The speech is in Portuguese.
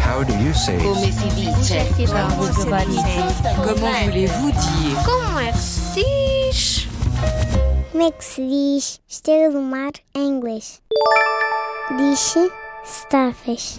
How do you say? Come si dice? Como se diz? Comment voulez-vous dire Como é que se diz? Como é que se diz estrela do mar em inglês? Diz-se Starfish.